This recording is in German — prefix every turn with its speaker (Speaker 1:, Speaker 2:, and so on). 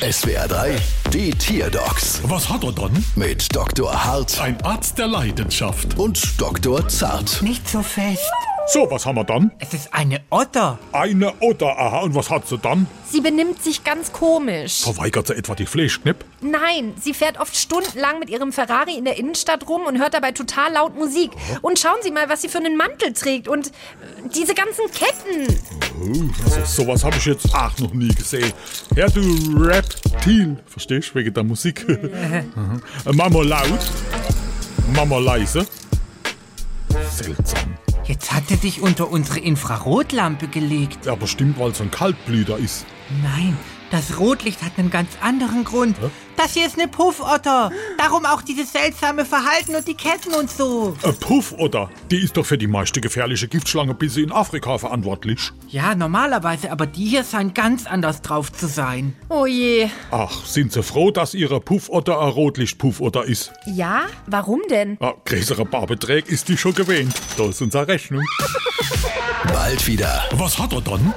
Speaker 1: SWR 3, die Tierdocs
Speaker 2: Was hat er dann?
Speaker 1: mit Dr. Hart
Speaker 2: Ein Arzt der Leidenschaft.
Speaker 1: und Dr. Zart.
Speaker 3: Nicht so fest.
Speaker 2: So, was haben wir dann?
Speaker 3: Es ist eine Otter.
Speaker 2: Eine Otter, aha. Und was hat sie dann?
Speaker 4: Sie benimmt sich ganz komisch.
Speaker 2: Verweigert sie etwa die Fleischknipp?
Speaker 4: Nein, sie fährt oft stundenlang mit ihrem Ferrari in der Innenstadt rum und hört dabei total laut Musik. Und schauen Sie mal, was sie für einen Mantel trägt und äh, diese ganzen Ketten.
Speaker 2: Also, sowas habe ich jetzt auch noch nie gesehen. Herr, du Reptil. Verstehst du? Wegen der Musik. Mhm. Mama laut. Mama leise. Seltsam.
Speaker 3: Jetzt hat sie sich unter unsere Infrarotlampe gelegt.
Speaker 2: Ja, bestimmt, weil es ein Kaltblüter ist.
Speaker 3: Nein, das Rotlicht hat einen ganz anderen Grund. Das hier ist eine Puffotter. Darum auch dieses seltsame Verhalten und die Ketten und so.
Speaker 2: Ein Puffotter. Die ist doch für die meiste gefährliche Giftschlange bis in Afrika verantwortlich.
Speaker 3: Ja, normalerweise, aber die hier scheint ganz anders drauf zu sein.
Speaker 4: Oh je.
Speaker 2: Ach, sind sie froh, dass ihre Puffotter ein Rotlichtpuffotter ist?
Speaker 4: Ja, warum denn?
Speaker 2: Ah, größere Barbeträg ist die schon gewähnt. Da ist unsere Rechnung.
Speaker 1: Bald wieder.
Speaker 2: Was hat er dann?